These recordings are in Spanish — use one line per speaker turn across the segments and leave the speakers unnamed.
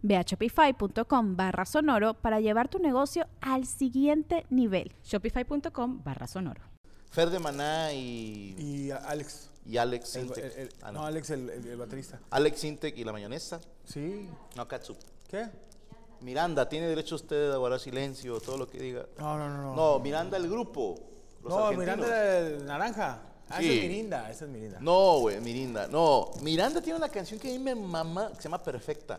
Ve a shopify.com barra sonoro para llevar tu negocio al siguiente nivel.
Shopify.com barra sonoro.
Fer de Maná y,
Y a- Alex.
y Alex
el-
Sintek.
el- el-
Ah, no.
no, Alex, el, el- el baterista.
Alex Sintek y la mayonesa.
Sí.
No, Katsu.
¿Qué?
Miranda, ¿tiene derecho usted a guardar silencio todo lo que diga?
No, no, no. No,
No, Miranda el grupo. Los
no
argentinos.
Miranda era el naranja. Ah, esa
Sí.
es Mirinda. Esa es Mirinda.
No, güey, Mirinda. No, Miranda tiene una canción que a mí me mama, que se llama Perfecta.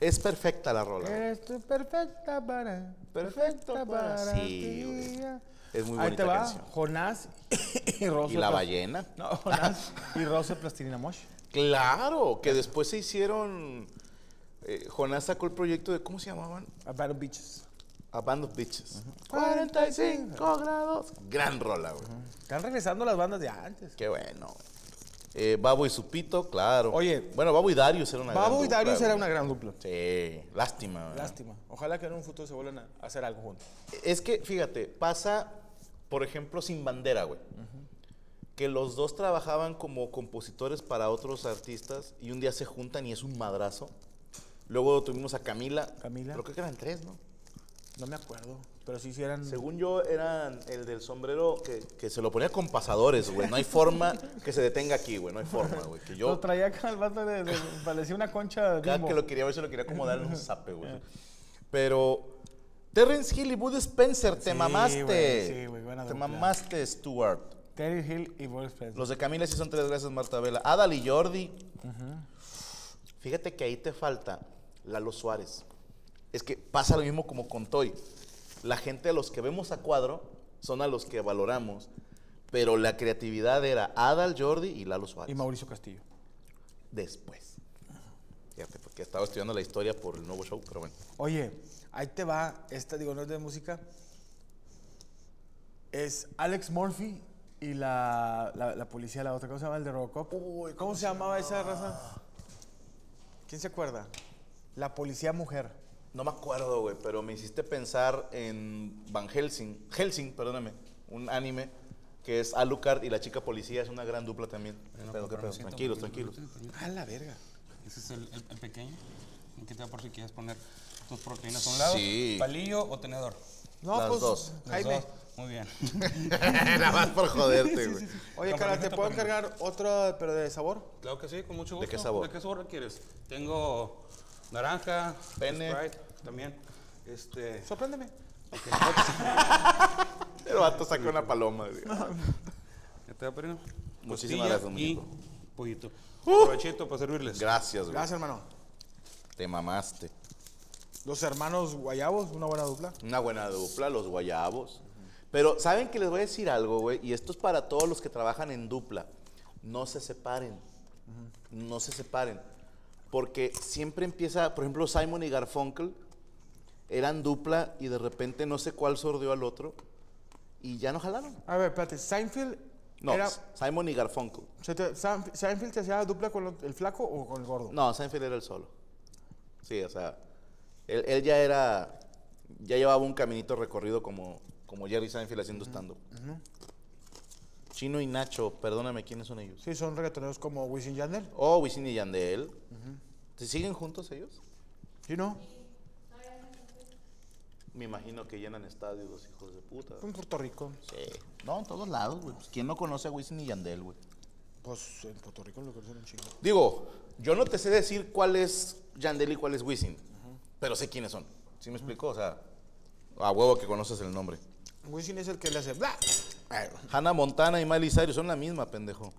Es perfecta la rola. güey.
Eres tú perfecta para.
Perfecta para- Sí,
ti.
güey. Es muy
Ahí
bonita
te va.
canción.
Jonás y Rosa.
Y la
Plas-
ballena.
No, Jonás y Rosa Plastilina Mosh.
Claro, que después se hicieron. eh, Jonás sacó el proyecto de. ¿Cómo se llamaban?
A Battle Beaches.
A Band of Bitches. 45 grados. Gran rola, güey.
Están regresando las bandas de antes.
Qué bueno, güey. Eh, Babo y Supito, claro.
Oye.
Bueno, Babo y Darius era una gran
Babo y
dupla,
Darius
güey.
era una gran dupla.
Sí, lástima. güey.
Lástima. Ojalá que en un futuro se vuelvan a hacer algo juntos.
Es que, fíjate, pasa, por ejemplo, sin bandera, güey. Que los dos trabajaban como compositores para otros artistas y un día se juntan y es un madrazo. Luego tuvimos a Camila.
Camila.
Pero creo que eran tres, ¿no?
No me acuerdo. Pero sí hicieran.
Según yo, eran el del sombrero que, que se lo ponía con pasadores, güey. No hay forma que se detenga aquí, güey. No hay forma, güey. Que
Lo
yo
traía acá el vato de, de- parecía una concha de
cada que lo quería ver se lo quería como dar en un zape, güey. Pero Terrence Hill y Bud Spencer, te
Sí,
mamaste.
güey, sí, güey, buena
te
dupla.
mamaste, Stuart.
Terry Hill y Boris Presley.
Los de Camila sí son tres gracias, Marta Vela. Adal y Jordi. Fíjate que ahí te falta Lalo Suárez. Es que pasa lo mismo como con Toy. La gente a los que vemos a cuadro son a los que valoramos. Pero la creatividad era Adal, Jordi y Lalo Suárez.
Y Mauricio Castillo.
Después. Fíjate, porque estaba estudiando la historia por el nuevo show, pero bueno.
Oye, ahí te va. Esta, digo, no es de música. Es Alex Murphy y la, la, la policía, la otra. ¿Cómo se llama el de Robocop? ¿Cómo, se llamaba esa raza? ¿Quién se acuerda? La policía mujer.
No me acuerdo, güey, pero me hiciste pensar en Van Helsing. Helsing, perdóname. Un anime que es Alucard y la chica policía. Es una gran dupla también.
pues,
Pero qué pedo, Tranquilos, tranquilos.
A la verga.
Ese es el, el- el pequeño. Aquí te va por si quieres poner tus proteínas a un lado.
Sí.
Palillo o tenedor.
No,
Las
pues,
dos.
Los
Jaime.
dos. Muy bien.
Nada más por joderte, güey.
Oye,
No,
cara,
pero
¿te puedo
por ejemplo.
encargar otra, pero de sabor?
Claro que sí, con mucho
¿De
gusto.
qué sabor?
¿De qué sabor quieres? Tengo naranja,
Pene.
Sprite también. Este,
Sorpréndeme.
El vato saca una paloma, güey.
¿qué te va, Perino?
Muchísimas
Costilla
gracias,
y
muñeco. ¡Uh!
pollito. Aprovechito para servirles.
Gracias, güey.
Gracias, hermano.
Te mamaste.
Los hermanos Guayabos, una buena dupla.
Una buena dupla, los guayabos. Pero, ¿saben que les voy a decir algo, güey? Y esto es para todos los que trabajan en dupla. No se separen. No se separen. Porque siempre empieza, por ejemplo, Simon y Garfunkel eran dupla y de repente no sé cuál sordió al otro y ya no jalaron.
A ver, espérate, Seinfeld
No,
era...
Simon y Garfunkel.
se te- Sam- ¿Seinfeld te hacía dupla con lo- el flaco o con el gordo?
No, Seinfeld era el solo. Sí, o sea, él, él ya era, ya llevaba un caminito recorrido como, como Jerry Seinfeld haciendo stand-up. Chino y Nacho, perdóname, ¿quiénes son ellos?
Sí, son reggaetoneros como Wisin Yandel.
Oh, Wisin y Yandel. ¿Se siguen juntos ellos?
¿Sí, no?
Me imagino que llenan estadios los hijos de puta.
En Puerto Rico.
Sí. No, en todos lados, güey. Pues, ¿Quién no conoce a Wisin y Yandel, güey?
Pues en Puerto Rico lo conocen un chingo.
Digo, yo no te sé decir cuál es Yandel y cuál es Wisin, pero sé quiénes son. ¿Sí me explico? O sea, a huevo que conoces el nombre.
Wisin es el que le hace... ¡Bla!
Hannah Montana y Miley Cyrus son la misma, pendejo.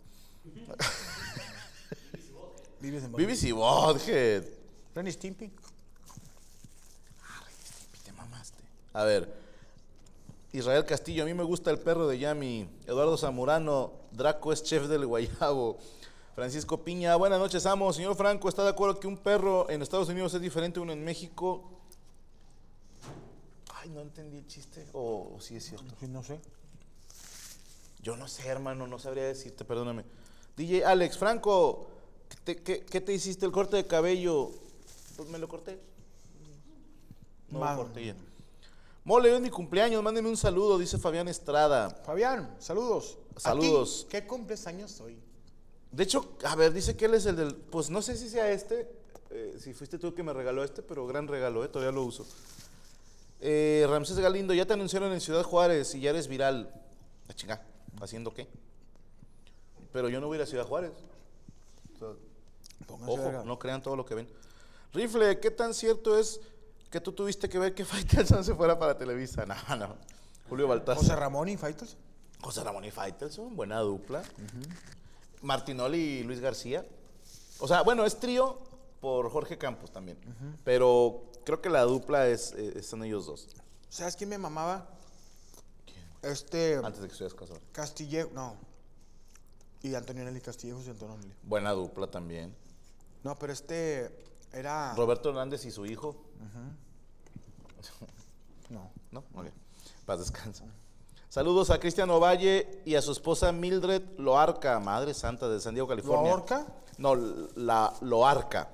Vives en Bogotá.
BBC Bothead.
Ren y Stimpy.
Te mamaste. A ver. Israel Castillo, a mí me gusta el perro de Yami. Eduardo Zamorano, Draco es chef del Guayabo. Francisco Piña, buenas noches, amo. Señor Franco, ¿está de acuerdo que un perro en Estados Unidos es diferente a uno en México? Ay, no entendí el chiste. O o sí es cierto.
Sí, No sé.
Yo no sé, hermano, no sabría decirte, perdóname. DJ Alex, Franco, ¿qué te, qué- qué te hiciste el corte de cabello? Pues me lo corté. No
Man.
corté ya. Mole, hoy es mi cumpleaños, mándeme un saludo, dice Fabián Estrada.
Fabián, saludos. A ti,
Saludos.
¿Qué cumples años hoy?
De hecho, a ver, dice que él es el del. Pues no sé si sea este, eh, si fuiste tú el que me regaló este, pero gran regalo, eh, todavía lo uso. Eh, Ramsés Galindo, ya te anunciaron en Ciudad Juárez y ya eres viral. La chinga, ¿haciendo qué? Pero yo no voy a ir a Ciudad Juárez. O sea,
Póngase verga.
ojo, no crean todo lo que ven. Rifle, ¿qué tan cierto es que tú tuviste que ver que Faitelson se fuera para Televisa? No, no. Julio Baltázar.
José Ramón y Faitos.
José Ramón y Faitelson, buena dupla. Martinoli y Luis García. O sea, bueno, es trío por Jorge Campos también. Pero creo que la dupla es, eh, son ellos dos.
¿Sabes quién me mamaba? Este.
Antes de que estuvieras casado.
Castillejo. No. Y Antonio Nelly Castillejos y Antonio Nelly.
Buena dupla también.
No, pero este. Era.
Roberto Hernández y su hijo.
No.
¿No? Ok. Paz descansa. Saludos a Cristian Ovalle y a su esposa Mildred Loarca, Madre Santa de San Diego, California.
¿Loarca?
No, la Loarca.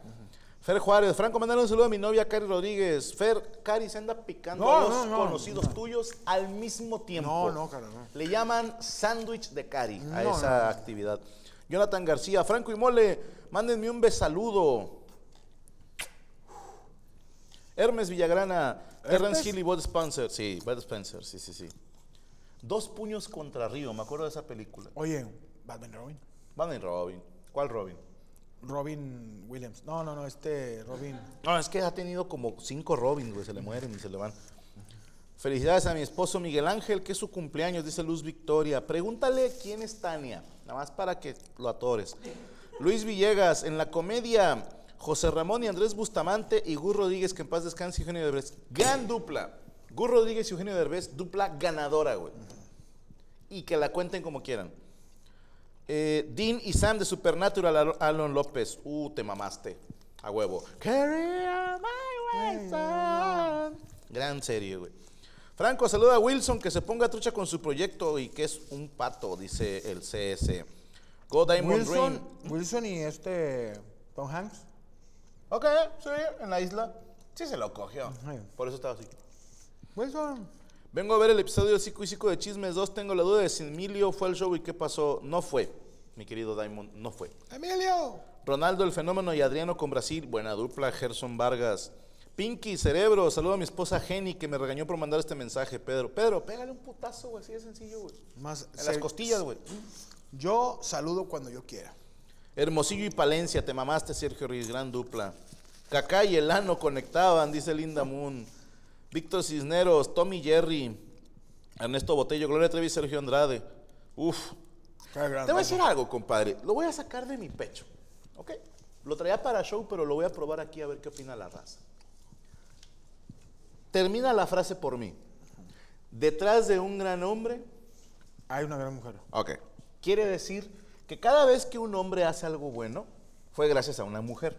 Fer Juárez, Franco, mandale un saludo a mi novia Cari Rodríguez. Fer, Cari se anda picando
No,
a los
no, no,
conocidos
no.
tuyos al mismo tiempo.
No, no, cara, no.
Le llaman sándwich de Cari a
No,
esa
no, no.
actividad. Jonathan García, Franco y Mole, mándenme un besaludo. Hermes Villagrana, Terrence Hill y Bud Spencer. Sí, Bud Spencer, sí, sí, sí. Dos puños contra Río, me acuerdo de esa película.
Oye, Batman Robin.
Van y Robin. ¿Cuál Robin?
Robin Williams. No, no, no, este Robin.
No, es que ha tenido como cinco Robins, güey, se le mueren y se le van. Felicidades a mi esposo Miguel Ángel, que es su cumpleaños, dice Luz Victoria. Pregúntale quién es Tania, nada más para que lo atores. Luis Villegas, en la comedia, José Ramón y Andrés Bustamante y Gus Rodríguez, que en paz descanse, Eugenio Derbez. Gran dupla. Gus Rodríguez y Eugenio Derbez, dupla ganadora, güey. Y que la cuenten como quieran. Eh, Dean y Sam de Supernatural, Al- Alon López. Uh, te mamaste. A huevo. Carry on my way, son. Gran serie, güey. Franco, saluda a Wilson que se ponga trucha con su proyecto y que es un pato, dice el CS. Go Diamond
Wilson,
Ring.
Wilson y este Tom Hanks.
Ok, sí, en la isla. Sí se lo cogió.
Ujú.
Por eso estaba así.
Wilson.
Vengo a ver el episodio de Cico y Cico de Chismes 2. Tengo la duda de si Emilio fue al show y qué pasó. No fue, mi querido Diamond, no fue.
Emilio.
Ronaldo el Fenómeno y Adriano con Brasil. Buena dupla, Gerson Vargas. Pinky, cerebro, saludo a mi esposa Jenny que me regañó por mandar este mensaje, Pedro. Pedro, pégale un putazo, güey, así de sencillo, güey.
Más
En las
se-
costillas, güey.
Yo saludo cuando yo quiera.
Hermosillo y Palencia, te mamaste, Sergio Ruiz, gran dupla. Cacá y Elano conectaban, dice Linda Moon. Víctor Cisneros, Tommy Jerry, Ernesto Botello, Gloria Trevi, Sergio Andrade. Uf,
Qué grande.
Te voy a decir algo, compadre. Lo voy a sacar de mi pecho. ¿Ok? Lo traía para show, pero lo voy a probar aquí a ver qué opina la raza. Termina la frase por mí. Detrás de un gran hombre.
Hay una gran mujer.
Ok. Quiere decir que cada vez que un hombre hace algo bueno, fue gracias a una mujer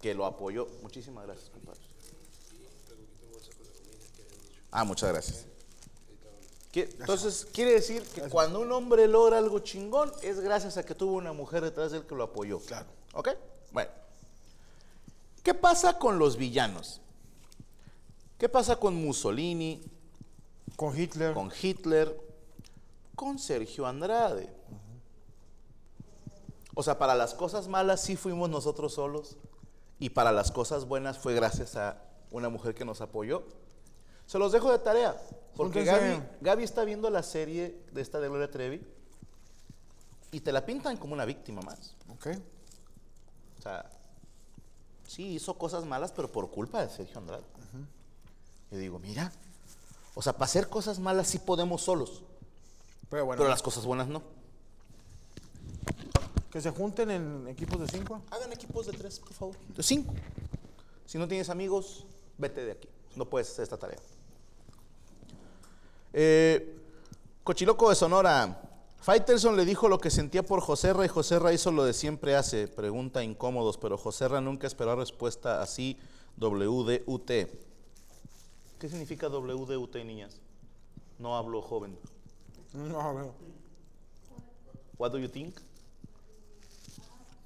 que lo apoyó. Muchísimas gracias, compadre. Ah, muchas gracias. Que- Entonces, quiere decir que cuando un hombre logra algo chingón, es gracias a que tuvo una mujer detrás de él que lo apoyó.
Claro.
¿Ok? Bueno. ¿Qué pasa con los villanos? ¿Qué pasa con Mussolini,
Con Hitler.
con Hitler, con Sergio Andrade? O sea, para las cosas malas sí fuimos nosotros solos y para las cosas buenas fue gracias a una mujer que nos apoyó. Se los dejo de tarea, porque
Júntense.
Gaby, Gaby está viendo la serie de esta de Gloria Trevi y te la pintan como una víctima más.
Ok.
O sea, sí hizo cosas malas, pero por culpa de Sergio Andrade. Yo digo, mira, o sea, para hacer cosas malas sí podemos solos.
Pero bueno,
Pero las cosas buenas no.
que se junten en equipos de cinco.
Hagan equipos de tres, por favor. De cinco. Si no tienes amigos, vete de aquí. No puedes hacer esta tarea. Eh, Cochiloco de Sonora. Faitelson le dijo lo que sentía por Joserra y Joserra hizo lo de siempre hace. Pregunta incómodos, pero Joserra nunca esperó respuesta así. WDUT. ¿Qué significa WDUT, niñas? No hablo joven.
No, bueno.
What do you think?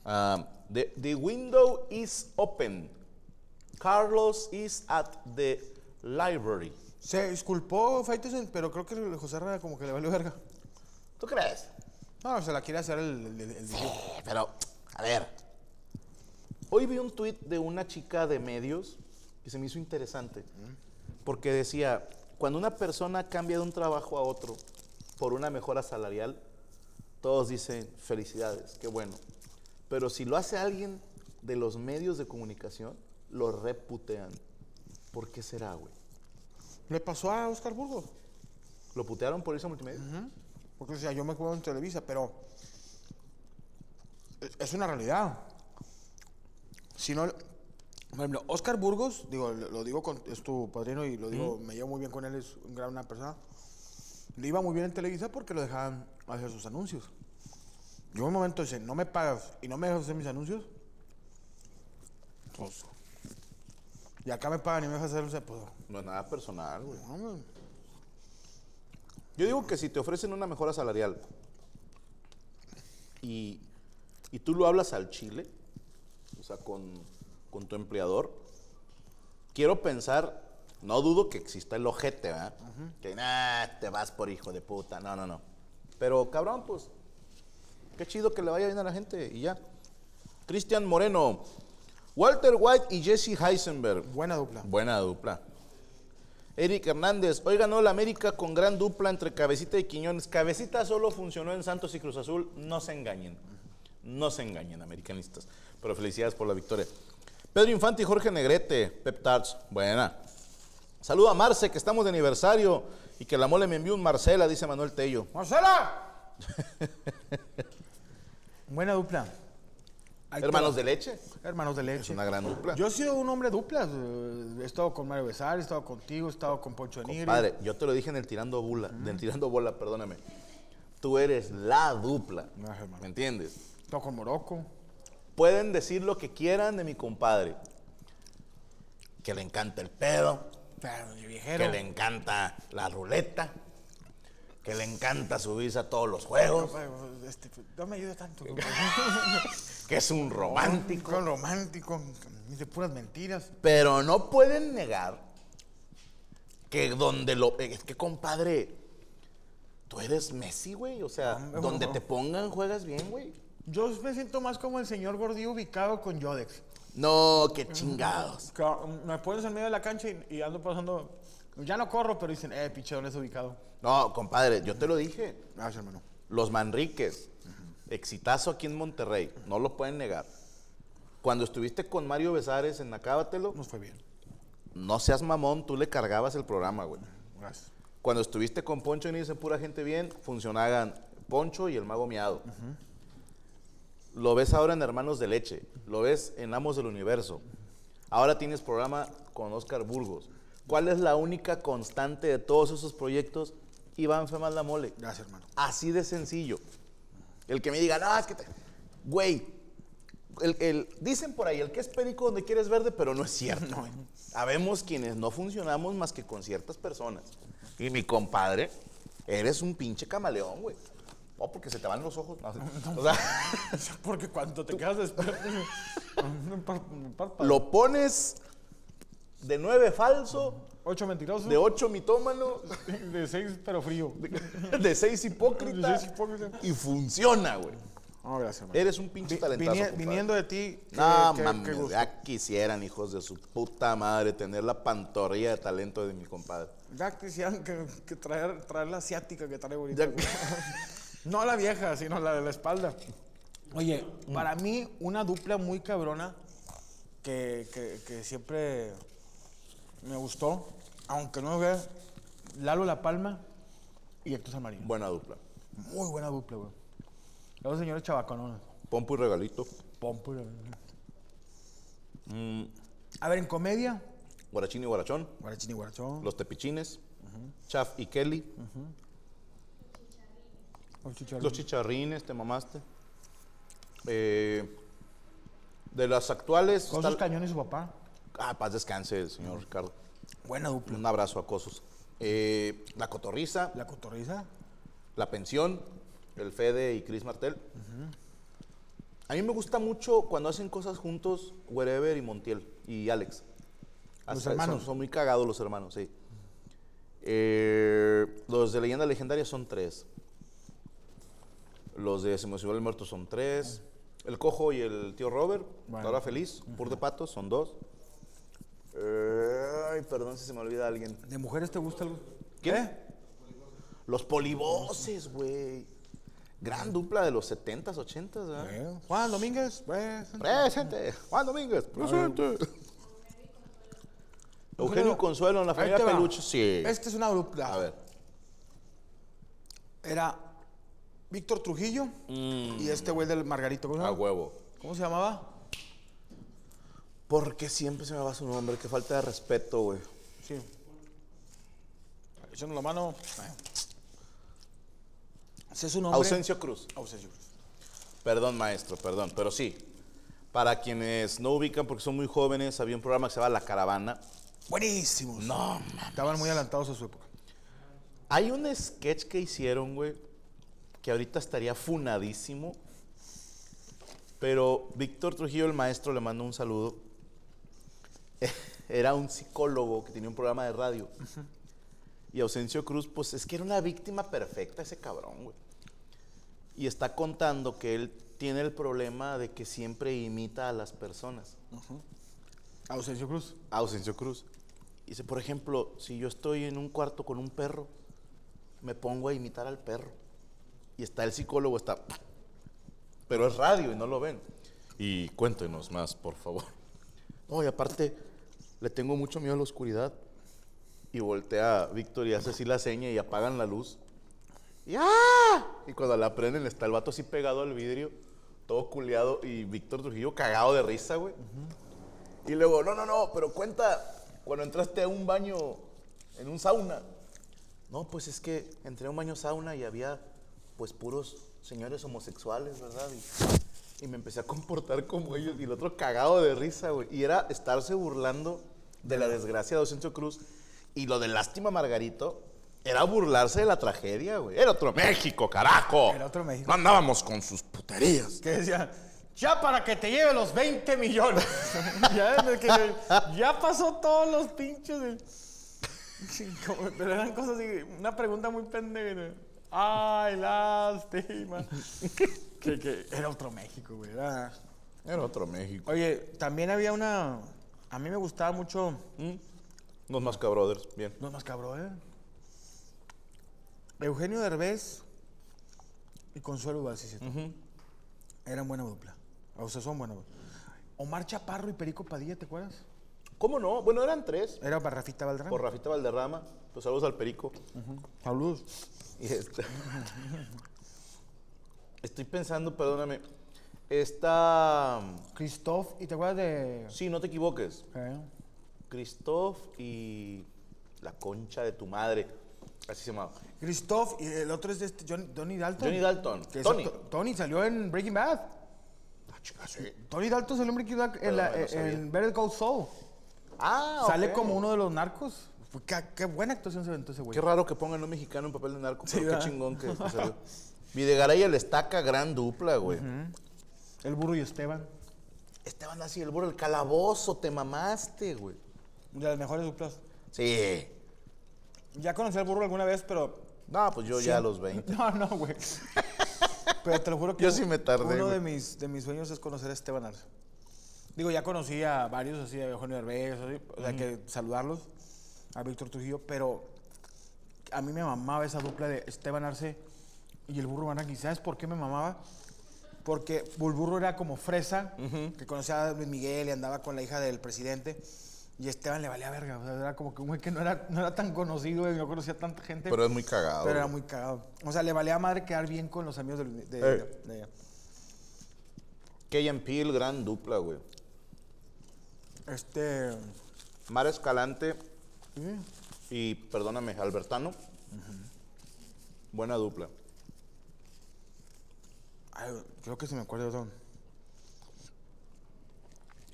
Um, the, the window is open. Carlos is at the library.
Se disculpó Faitelson, pero creo que el José Herrera como que le valió verga.
¿Tú crees?
No, se la quiere hacer el, el, el- el dibujo.
Eh, pero, a ver. Hoy vi un tuit de una chica de medios que se me hizo interesante. Porque decía, cuando una persona cambia de un trabajo a otro por una mejora salarial, todos dicen felicidades, qué bueno. Pero si lo hace alguien de los medios de comunicación, lo reputean. ¿Por qué será, güey?
Le pasó a Oscar Burgos.
¿Lo putearon por irse a multimedia?
Porque o sea, yo me acuerdo en Televisa, pero es- es una realidad. Si no, por ejemplo, Oscar Burgos, digo, lo lo digo con, es tu padrino y lo digo, me llevo muy bien con él, es un gran- una persona. Le iba muy bien en Televisa porque lo dejaban hacer sus anuncios. Yo en un momento dice, no me pagas y no me dejas hacer mis anuncios. Pues, y acá me pagan y me dejas hacer, o sea, pues,
No es nada personal, güey.
no, güey.
Yo digo que si te ofrecen una mejora salarial y, y tú lo hablas al chile, o sea, con, con tu empleador, quiero pensar, no dudo que exista el ojete, ¿verdad? Que nah, te vas por hijo de puta, no, no, no. Pero cabrón, pues, qué chido que le vaya bien a la gente y ya. Cristian Moreno, Walter White y Jesse Heisenberg.
buena dupla.
Buena dupla. Eric Hernández, hoy ganó la América con gran dupla entre Cabecita y Quiñones. Cabecita solo funcionó en Santos y Cruz Azul. No se engañen. No se engañen, americanistas. Pero felicidades por la victoria. Pedro Infante y Jorge Negrete, Pep Tarts. Buena. Saludo a Marce, que estamos de aniversario y que la mole me envió un Marcela, dice Manuel Tello.
¡Marcela! Buena dupla. Ahí te
Hermanos
va.
de leche.
Hermanos de leche.
Es una gran dupla.
Yo he sido un hombre dupla. He estado con Mario Besar, he estado contigo, he estado con Poncho de Nigri.
Compadre, yo te lo dije en el tirando bula, del tirando bola, perdóname. Tú eres la dupla.
Ajá, hermano.
¿Me entiendes?
He estado con Morocco.
Pueden decir lo que quieran de mi compadre. Que le encanta el pedo,
Claro, de
que
viejero.
le encanta la ruleta, que le encanta subirse a todos los juegos,
Compadre, este, no me ayuda tanto.
que es un romántico.
Con romántico, dice puras mentiras.
Pero no pueden negar que donde lo... eh, Es que compadre, tú eres Messi, güey. O sea,
Hombre,
donde
no.
te pongan juegas bien, güey.
Yo me siento más como el señor Gordillo ubicado con Yodex.
No,
Mm.
qué chingados.
Que, um, Me pones en medio de la cancha y, y ando pasando. Ya no corro, pero dicen, eh, piche, ¿dónde es ubicado?
No, compadre, yo te lo dije.
Gracias, hermano.
Los Manriques, exitazo aquí en Monterrey, no lo pueden negar. Cuando estuviste con Mario Besares en Acábatelo,
Nos fue bien.
no seas mamón, tú le cargabas el programa, güey.
Gracias.
Cuando estuviste con Poncho y Nice en Pura Gente Bien, funcionaban Poncho y el Mago Miado. Lo ves ahora en Hermanos de Leche, lo ves en Amos del Universo. Ahora tienes programa con Oscar Burgos. ¿Cuál es la única constante de todos esos proyectos? Iván Femal La Mole.
Gracias, hermano.
Así de sencillo. El que me diga, no, es que te... Güey, el- el- dicen por ahí, el que es perico donde quieres verde, pero no es cierto. Sabemos quienes no funcionamos más que con ciertas personas. Y mi compadre, eres un pinche camaleón, güey. Oh, porque se te van los ojos. No, o sea,
Porque cuando te quedas despierto, un par- un párpado.
lo pones de nueve falso,
Ocho mentirosos,
de ocho mitómano,
de seis pero frío.
de seis hipócrita.
De seis hipócrita.
Y funciona, güey.
No, gracias, hermano.
Eres un pinche talentazo.
Vinie-
compadre.
Eh, viniendo de ti, qué-
No,
qué- qué
mames,
gusto.
ya quisieran, hijos de su puta madre, tener la pantorrilla de talento de mi compadre.
Ya quisieran que, que traer, traer la asiática que traigo ahorita.
Ya-
güey. No la vieja, sino la de la espalda. Oye, para mí, una dupla muy cabrona que, que- que siempre me gustó, aunque no lo vea, Lalo La Palma y Héctor San Marino.
Buena dupla.
Muy buena dupla, güey. Los señores chabacanones.
Pompo y regalito.
Pompo. y-
Mm.
A ver, en comedia.
Guarachín y guarachón.
Guarachín y guarachón.
Los tepichines. Chaf y Kelly.
Los chicharrones.
Los chicharrines, te mamaste. Eh, de las actuales.
Con
está-
sus cañones y su papá.
Ah, paz descanse el señor Ricardo.
Buena dupla.
Un abrazo a Cosos. Eh, la Cotorriza, la,
La cotorriza.
Pensión, el Fede y Chris Martel. A mí me gusta mucho cuando hacen cosas juntos, Wherever y Montiel y Alex.
Los
son-
hermanos.
Son, muy cagados los hermanos, sí. Eh, los de Leyenda Legendaria son tres. Los de Se me subió el muerto son tres. El Cojo y el tío Robert,
Bueno.
ahora feliz, Pur de Patos, son dos. Eh, ay, perdón si se me olvida alguien.
¿De mujeres te gusta algo?
¿Quién? ¿Eh? Los polivoces, güey. Gran dupla de los 70s, 80s, ¿verdad?
Eh, Juan Domínguez. pues.
Presente. Juan Domínguez, presente. Eugenio y Consuelo en la
Ahí
familia
te va.
Peluche, sí.
Esta este es una dupla.
A ver.
Era Víctor Trujillo y este güey del Margarito. ¿Cómo se
A
llama?
huevo.
¿Cómo se llamaba?
¿Por qué siempre se me va su nombre? Qué falta de respeto, güey.
Sí. Echando la mano. Ese es un nombre.
Ausencio Cruz.
Ausencio Cruz.
Perdón, maestro, perdón, pero sí. Para quienes no ubican porque son muy jóvenes, había un programa que se llama La Caravana.
Buenísimos. No, Estaban muy adelantados a su época.
Hay un sketch que hicieron, güey, que ahorita estaría funadísimo. Pero Víctor Trujillo, el maestro, le mando un saludo. Era un psicólogo que tenía un programa de radio. Y Ausencio Cruz, pues es que era una víctima perfecta ese cabrón, güey. Y está contando que él tiene el problema de que siempre imita a las personas.
Ausencio Cruz.
Ausencio Cruz. Dice, por ejemplo, si yo estoy en un cuarto con un perro, me pongo a imitar al perro. Y está el psicólogo, está. Pero es radio y no lo ven. Y cuéntenos más, por favor. No, y aparte, le tengo mucho miedo a la oscuridad. Y voltea Víctor y hace así la seña y apagan la luz. Y ¡ah! Y cuando la prenden, está el vato así pegado al vidrio, todo culeado. Y Víctor Trujillo cagado de risa, güey. Y luego, no, no, no, pero cuenta cuando entraste a un baño, en un sauna. No, pues es que entré a un baño sauna y había pues puros señores homosexuales, ¿verdad? Y, y me empecé a comportar como ellos y el otro cagado de risa, güey. Y era estarse burlando de la desgracia de Ausencio Cruz y lo de lástima Margarito. Era burlarse de la tragedia, güey. Era otro México, carajo.
Era otro México.
No andábamos con sus puterías.
Que decían, ya para que te lleve los 20 millones. ya, de que, ya pasó todos los pinches. de- Sí, como- pero eran cosas así, una pregunta muy pendeja. de, Ay, lástima. que, que era otro México, güey. era-
Era otro México.
Oye, también había una... A mí me gustaba mucho...
Los Masca Brothers, bien.
No más cabrón, ¿eh? Eugenio Derbez y Consuelo Vázquez. Eran buena dupla. O sea, son buena dupla. Omar Chaparro y Perico Padilla, ¿te acuerdas?
¿Cómo no? Bueno, eran tres.
Era para Rafita Valdrán.
por Rafita Valderrama. Los saludos al Perico.
Saludos.
Y este- Estoy pensando, perdóname. Esta.
Christoph, ¿y te acuerdas de...?
Sí, no te equivoques.
Eh,
Christoph y. La concha de tu madre. Así se llamaba.
Christoph, y el otro es de este, Johnny, Donnie Dalton.
Johnny Dalton.
Que es
Tony. Ah,
actor- Tony salió en Breaking Bad. Tony Dalton salió en Breaking Bad en, la-
Perdón, no sabía.
en Better Call Saul.
Ah,
Sale
ok.
como uno de los narcos. Fue- Qué, qué buena actuación se aventó ese güey.
Qué raro que pongan un mexicano en papel de narco, pero qué
¿verdad?
chingón que, que salió. Videgaray y el Estaca, gran dupla, güey.
El burro y Esteban.
Esteban así, el burro, el calabozo, te mamaste, güey.
De las mejores duplas.
Sí.
Ya conocí al burro alguna vez, pero.
No, pues yo ya a los 20.
No, no, güey. pero te lo juro que.
Yo sí me tardé,
Uno
güey.
de mis, de mis sueños es conocer a Esteban Arce. Digo, ya conocí a varios así, a Eugenio Herbes, así, o sea, que saludarlos, a Víctor Trujillo, pero a mí me mamaba esa dupla de Esteban Arce y el burro Van ¿Y ¿Sabes por qué me mamaba? Porque el burro era como fresa, que conocía a Luis Miguel y andaba con la hija del presidente. Y Esteban le valía verga. O sea, era como que un güey que no era, no era tan conocido, güey, no conocía tanta gente.
Pero es muy cagado.
Pero era
güey.
muy cagado. O sea, le valía madre quedar bien con los amigos del- de, de-
Ey.
de-
Keyan Peel, gran dupla, güey.
Este.
Mara Escalante
Mm.
y, perdóname, Albertano. Buena dupla.
ay, creo que se me acuerda de otro.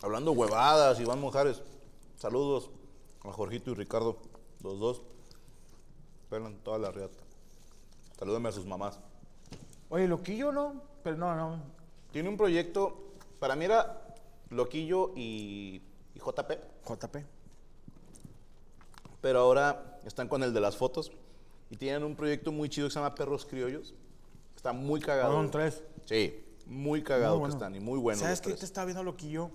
Hablando huevadas, Iván Monjares. Saludos a Jorgito y Ricardo. Los dos. Pelan toda la riata. Salúdame a sus mamás.
Oye, loquillo, ¿no? Pero no, no.
Tiene un proyecto, para mí era Loquillo y, y JP,
JP.
pero ahora están con el de las fotos y tienen un proyecto muy chido que se llama Perros Criollos. Está muy cagado. güey.
Son tres.
Sí, muy cagado
Muy bueno.
que están y muy buenos.
¿Sabes
los
qué?
tres.
Te estaba viendo Loquillo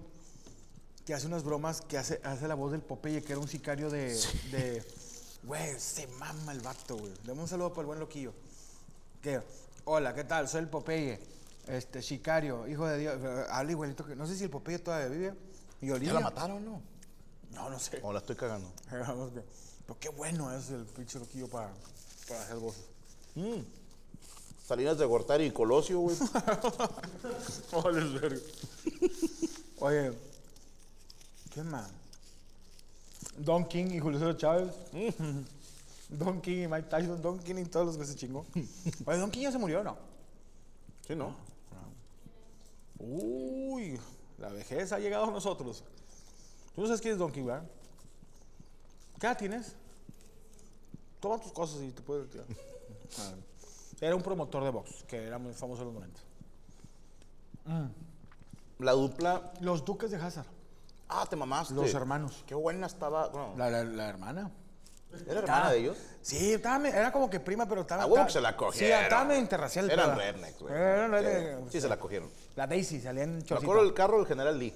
que hace unas bromas, que hace, hace la voz del Popeye, que era un sicario de. de- Güey, se mama el vato, güey. Dame un saludo para el buen Loquillo. Que, hola, ¿qué tal? Soy el Popeye, este, sicario, hijo de Dios. Habla igualito que. No sé si el Popeye todavía vive. Y
¿Ya
Olivia.
la mataron Oh. no?
No, no sé.
¿O la estoy cagando?
Vamos, güey. Pero qué bueno es el pinche Loquillo para, para hacer voces.
Mm. Salinas de Gortari y Colosio, güey.
Oye, ¿qué más? Don King y Julio César Chávez.
Mm.
Don King y Mike Tyson, Don King y todos los que se chingó. Oye, Don King ya se murió, ¿no?
sí, ¿no?
Uy, la vejez ha llegado a nosotros. Tú no sabes quién es Don King, ¿verdad? ¿Qué edad tienes? Toma tus cosas y te puedes retirar. Ah, Era un promotor de box, que era muy famoso en los 90.
La dupla.
Los Duques de Hazard.
Ah, te mamaste.
Los hermanos.
Qué buena estaba. bueno,
La, la- la hermana.
¿Era hermana
Ah.
de ellos?
Sí, estaba me- era como que prima, pero estaba.
A huevo
estaba-
que se la
Sí,
cogieron.
estaba medio interracial.
Eran
toda.
rednecks, güey.
Eran
Sí,
rednecks.
Sí, se la cogieron.
La Daisy salía en
Me
chorcito.
acuerdo el carro del general Lee.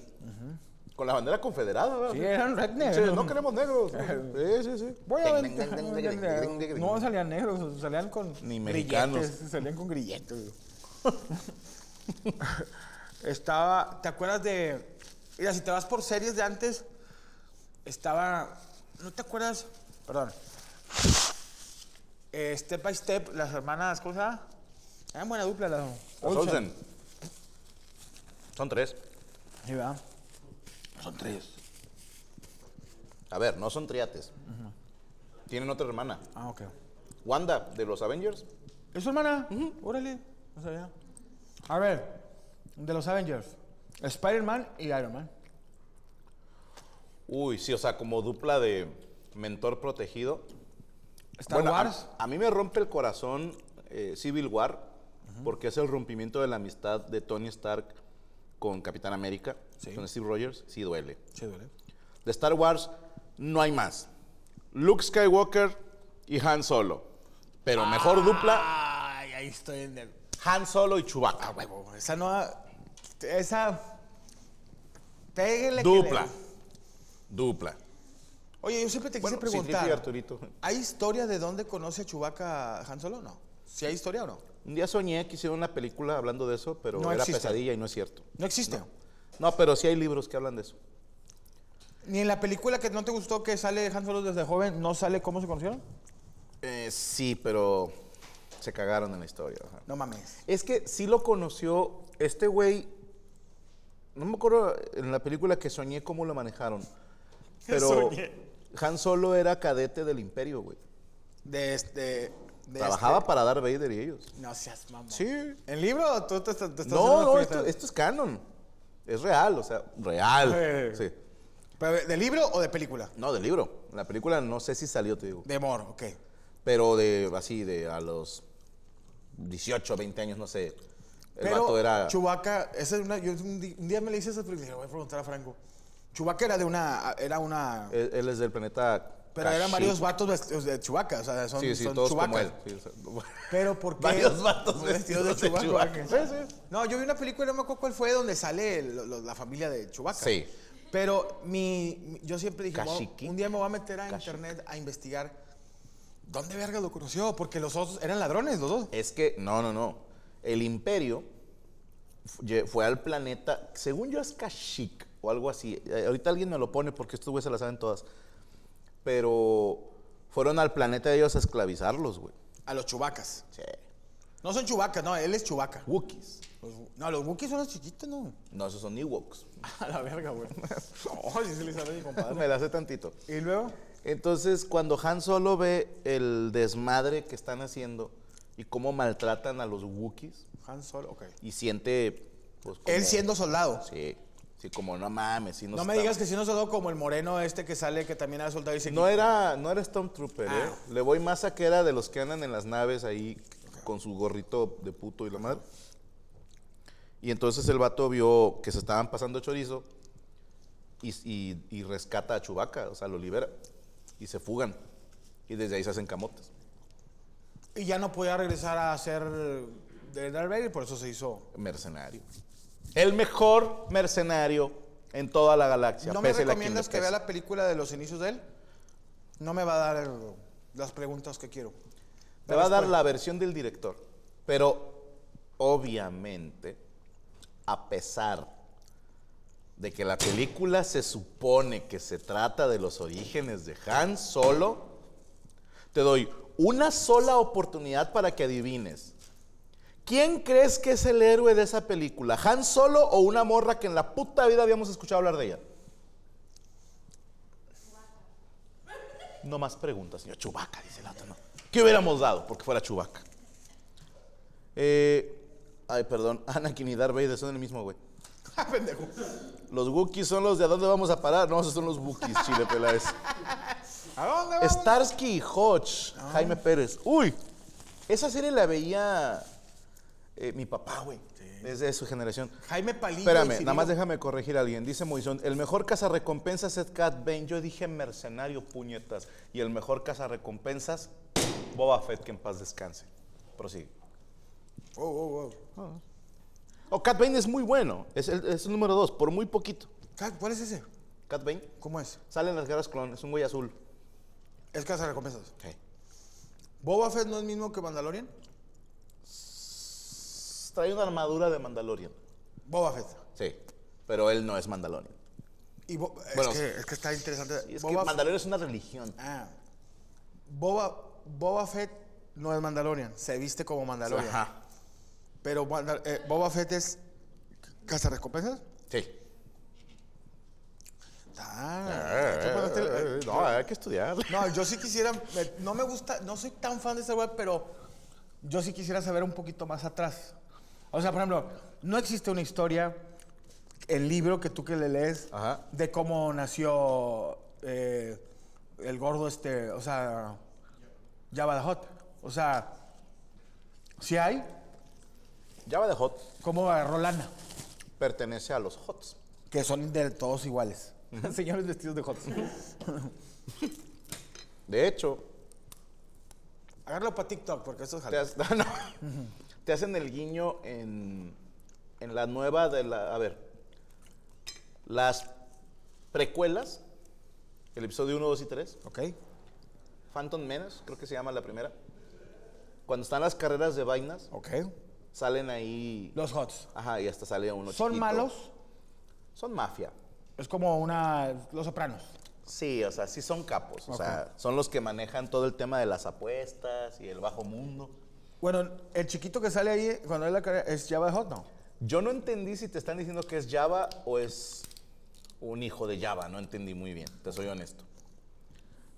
Con la bandera confederada, ¿verdad?
Sí, eran rednecks.
Pinche, no queremos negros. Sí, sí, sí.
Voy a
Ding, ding, ding, ding, ding, ding,
ver.
ding.
No salían negros, salían con.
Ni mexicanos.
grilletes, Salían con grilletes. güey. estaba. ¿Te acuerdas de.? Mira, si te vas por series de antes, estaba. ¿No te acuerdas? Perdón. Eh, step by Step, las hermanas, ¿cómo se llama? Eran buena dupla, las.
Los
Olsen.
Olsen. Son tres.
Sí, ¿verdad?
Son tres. A ver, no son triates. Tienen otra hermana.
Ah, ok.
Wanda, de los Avengers.
¿Es su hermana? Órale, no sabía. A ver, de los Avengers, Spider-Man y Iron Man.
Uy, sí, o sea, como dupla de mentor protegido.
Star
Bueno, a-
Wars.
A, mí me rompe el corazón eh, Civil War, porque es el rompimiento de la amistad de Tony Stark con Capitán América, con Steve Rogers. Sí duele.
Sí, duele.
De Star Wars no hay más. Luke Skywalker y Han Solo. Pero mejor dupla,
Ay, ahí estoy en el.
Han Solo y Chewbacca.
Huevo, esa no. ha- Esa. Pégale. que le-
Dupla. Dupla.
Oye, yo siempre te quise
Bueno,
preguntar.
Citripio y Arturito.
¿Hay historia de dónde conoce a Chewbacca Han Solo o no? ¿Si hay historia o no?
Un día soñé que hicieron una película hablando de eso, pero
No
era
existe.
pesadilla y no es cierto.
No existe.
No, pero sí hay libros que hablan de eso.
Ni en la película que no te gustó que sale Han Solo desde joven, no sale cómo se conocieron.
Eh, sí, pero se cagaron en la historia. ajá.
No mames.
Es que sí lo conoció este güey. No me acuerdo en la película que soñé cómo lo manejaron. Pero Han Solo era cadete del Imperio, güey.
De este. de
Trabajaba
este-
para Darth Vader y ellos.
No seas mamón.
Sí.
¿En libro o tú te, estás- te estás
No,
haciendo
no,
una
esto,
fiesta?
esto es canon. Es real, o sea, real.
Eh.
Sí.
Pero, ¿De libro o de película?
No, del libro. La película no sé si salió, te digo.
De Mor, ok.
Pero de así, de a los 18, 20 años, no sé. El
Pero
vato era.
Chewbacca, esa es una, yo un, di- un día me le hice esa pregunta, y dije, voy a preguntar a Franco. Chewbacca era de una, era una,
Él, él es del planeta.
pero eran
Kashyyyk.
varios vatos vestidos de Chewbacca, o sea, son,
Sí, sí,
son
todos
Chewbacca.
como él. Sí, o sea,
Pero ¿por qué?
Varios vatos vestidos de Chewbacca.
Sí, sí. No, yo vi una película, no me acuerdo cuál fue, donde sale el- lo- la familia de Chewbacca.
Sí.
Pero mi, mi- yo siempre dije, "Wow,
Kashyyyk.
un día me voy a meter a
Kashyyyk.
internet a investigar dónde verga lo conoció, porque los otros eran ladrones, los dos.
Es que, no, no, no. El imperio fu- lle- fue al planeta, según yo es Kashyyyk, o algo así. Eh, Ahorita alguien me lo pone porque estos güeyes se la saben todas. Pero fueron al planeta de ellos a esclavizarlos, güey.
A los chubacas.
Sí.
No son chubacas, no, él es chubaca.
Wookiees.
no, los Wookiees son los chiquitos, ¿no?
No, esos son Ewoks.
A la verga, güey. No, sí se les sabe mi compadre.
me la sé tantito.
¿Y luego?
Entonces, cuando Han Solo ve el desmadre que están haciendo y cómo maltratan a los Wookiees
Han Solo, ok.
y siente... Pues, como-
Él siendo soldado.
Sí, sí, como no mames. sí nos
No me
estamos-
digas que si no soldado como el moreno este que sale, que también era soldado y se
No era, no era Stormtrooper,
Ah.
¿eh? Le voy más a que era de los que andan en las naves ahí con su gorrito de puto y la madre. Y entonces el vato vio que se estaban pasando chorizo y, y- y rescata a Chubaca, o sea, lo libera. Y se fugan. Y desde ahí se hacen camotes.
Y ya no podía regresar a ser de Darth Vader, por eso se hizo.
Mercenario. El mejor mercenario en toda la galaxia.
¿No me
pésele a quien le
recomiendas que vea
pese.
la película de los inicios de él? No me va a dar el- las preguntas que quiero.
Te va a dar la versión del director. Pero obviamente, a pesar de que la película se supone que se trata de los orígenes de Han Solo, te doy una sola oportunidad para que adivines. ¿Quién crees que es el héroe de esa película? ¿Han Solo o una morra que en la puta vida habíamos escuchado hablar de ella? No más preguntas, señor Chubaca, dice el otro, ¿no? ¿Qué hubiéramos dado porque fuera Chubaca? Eh, ay, perdón, Anakin y Darth Vader son el mismo, güey.
Ah, pendejo.
Los Wookiees son los de a dónde vamos a parar. No, esos son los Wookiees, Chile Peláez.
¿A dónde vamos?
Starsky y Hodge,
Ah.
Jaime Pérez. Uy, esa serie la veía eh, mi papá, güey. Es de su generación.
Jaime Palillo. y
Espérame,
Cirilo.
nada más déjame corregir a alguien. Dice Moisón, el mejor cazarrecompensas es Cat Bane. Yo dije mercenario, puñetas. Y el mejor cazarrecompensas, Boba Fett, que en paz descanse. Prosigue.
Oh, oh, oh.
O Oh, Cat Bane es muy bueno. Es el, es el número dos, por muy poquito.
Ca- ¿Cuál es ese?
Cat Bane
¿Cómo es?
sale en las guerras clon. Es un güey azul.
Es Casa Recompensas. ¿Boba Fett no es mismo que Mandalorian?
Trae una armadura de Mandalorian.
Boba Fett.
Sí, pero él no es Mandalorian.
Y Bo-
Bueno.
es, que, es que está interesante.
Sí, es que
Boba
Mandalorian es una religión.
Ah. Boba, Boba Fett no es Mandalorian, se viste como Mandalorian.
Ajá.
Pero Manda- eh, Boba Fett es Casa Recompensas.
Sí.
Ah,
Eh, Ah, no, hay que estudiar.
no, yo sí quisiera, me- no me gusta, no soy tan fan de esta web, pero yo sí quisiera saber un poquito más atrás. O sea, por ejemplo, no existe una historia, el libro que tú que le lees,
Ajá.
de cómo nació eh, el gordo este, o sea, Jabba the Hutt. O sea, si hay,
Java de Hot
cómo agarró lana,
pertenece a los Hots.
que son de todos iguales. Señores vestidos de Hot.
De hecho,
Hágalo para TikTok, porque eso es
te,
jaleo.
has- no, te hacen el guiño en, en la nueva de la... A ver, las precuelas, el episodio 1, 2 y 3,
¿Ok?
Phantom Menace, creo que se llama la primera. Cuando están las carreras de vainas,
Ok.
salen ahí...
Los Hots.
Ajá, y hasta sale uno
¿Son
chiquito.
malos?
Son mafia.
Es como una. Los Sopranos.
Sí, o sea, sí son capos. O sea, son los que manejan todo el tema de las apuestas y el bajo mundo.
Bueno, el chiquito que sale ahí cuando es la cara es Java de Hot, ¿no?
Yo no entendí si te están diciendo que es Java o es un hijo de Java. No entendí muy bien, te soy honesto.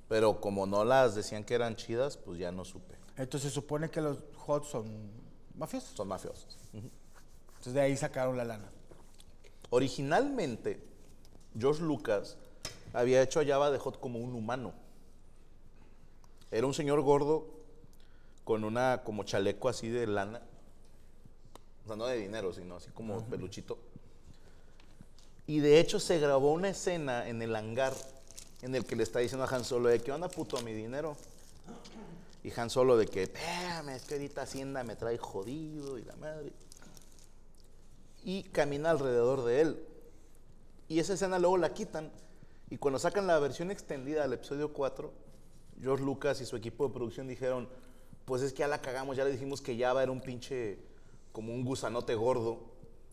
Pero como no las decían que eran chidas, pues ya no supe.
Entonces se supone que los Hot son mafiosos.
Son mafiosos.
Entonces de ahí sacaron la lana.
Originalmente, George Lucas había hecho a Java de Hot como un humano. Era un señor gordo con una como chaleco así de lana. O sea, no de dinero, sino así como peluchito. Y de hecho se grabó una escena en el hangar en el que le está diciendo a Han Solo de que onda puto mi dinero. Y Han Solo de que, espérame, es que ahorita Hacienda me trae jodido y la madre y camina alrededor de él. Y esa escena luego la quitan. Y cuando sacan la versión extendida del episodio 4, George Lucas y su equipo de producción dijeron, pues es que ya la cagamos, ya le dijimos que Java era un pinche, como un gusanote gordo.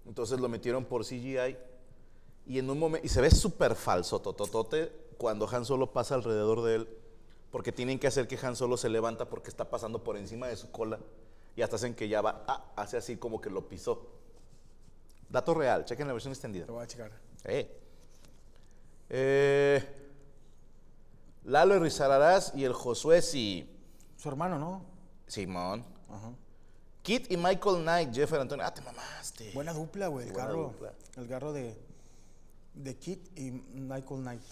Entonces lo metieron por CGI Y, en un momento, y se ve súper falso, tototote, cuando Han Solo pasa alrededor de él, porque tienen que hacer que Han Solo se levanta porque está pasando por encima de su cola. Y hasta hacen que ya va, ah, hace así como que lo pisó. Dato real, chequen la versión extendida.
Te voy a checar.
Eh. Eh, Lalo Rizararás y el Josué sí.
Su hermano, ¿no?
Simón. Kit y Michael Knight, Jeffrey Antonio. Ah, te mamaste.
Buena dupla, güey. El
Buena
carro.
dupla.
El carro de, de Kit y Michael Knight.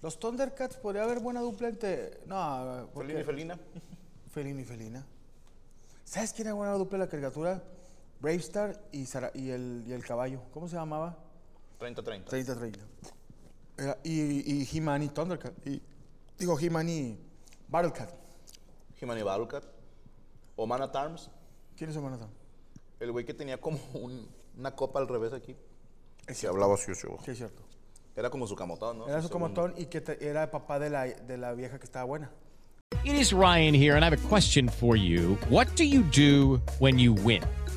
Los Thundercats podría haber buena dupla entre. No, porque-
Felina y Felina.
Felino y Felina. ¿Sabes quién era buena dupla de la caricatura? Bravestar y, Sara- y, el, y el caballo. ¿Cómo se llamaba?
30-30.
30-30. Era- Y, y He-Man y Thundercat. Y, digo, He-Man y Battlecat.
Jimani Barucat. Oman at Arms.
¿Quién es su hermano?
El güey que tenía como un- una copa al revés aquí.
Es
Que hablaba así, así.
Sí, es cierto.
Era como su camotón, ¿no?
Era
Su
su comotón y que te- era el papá de la, de la vieja que estaba buena.
It is Ryan here, and I have a question for you. What do you do when you win?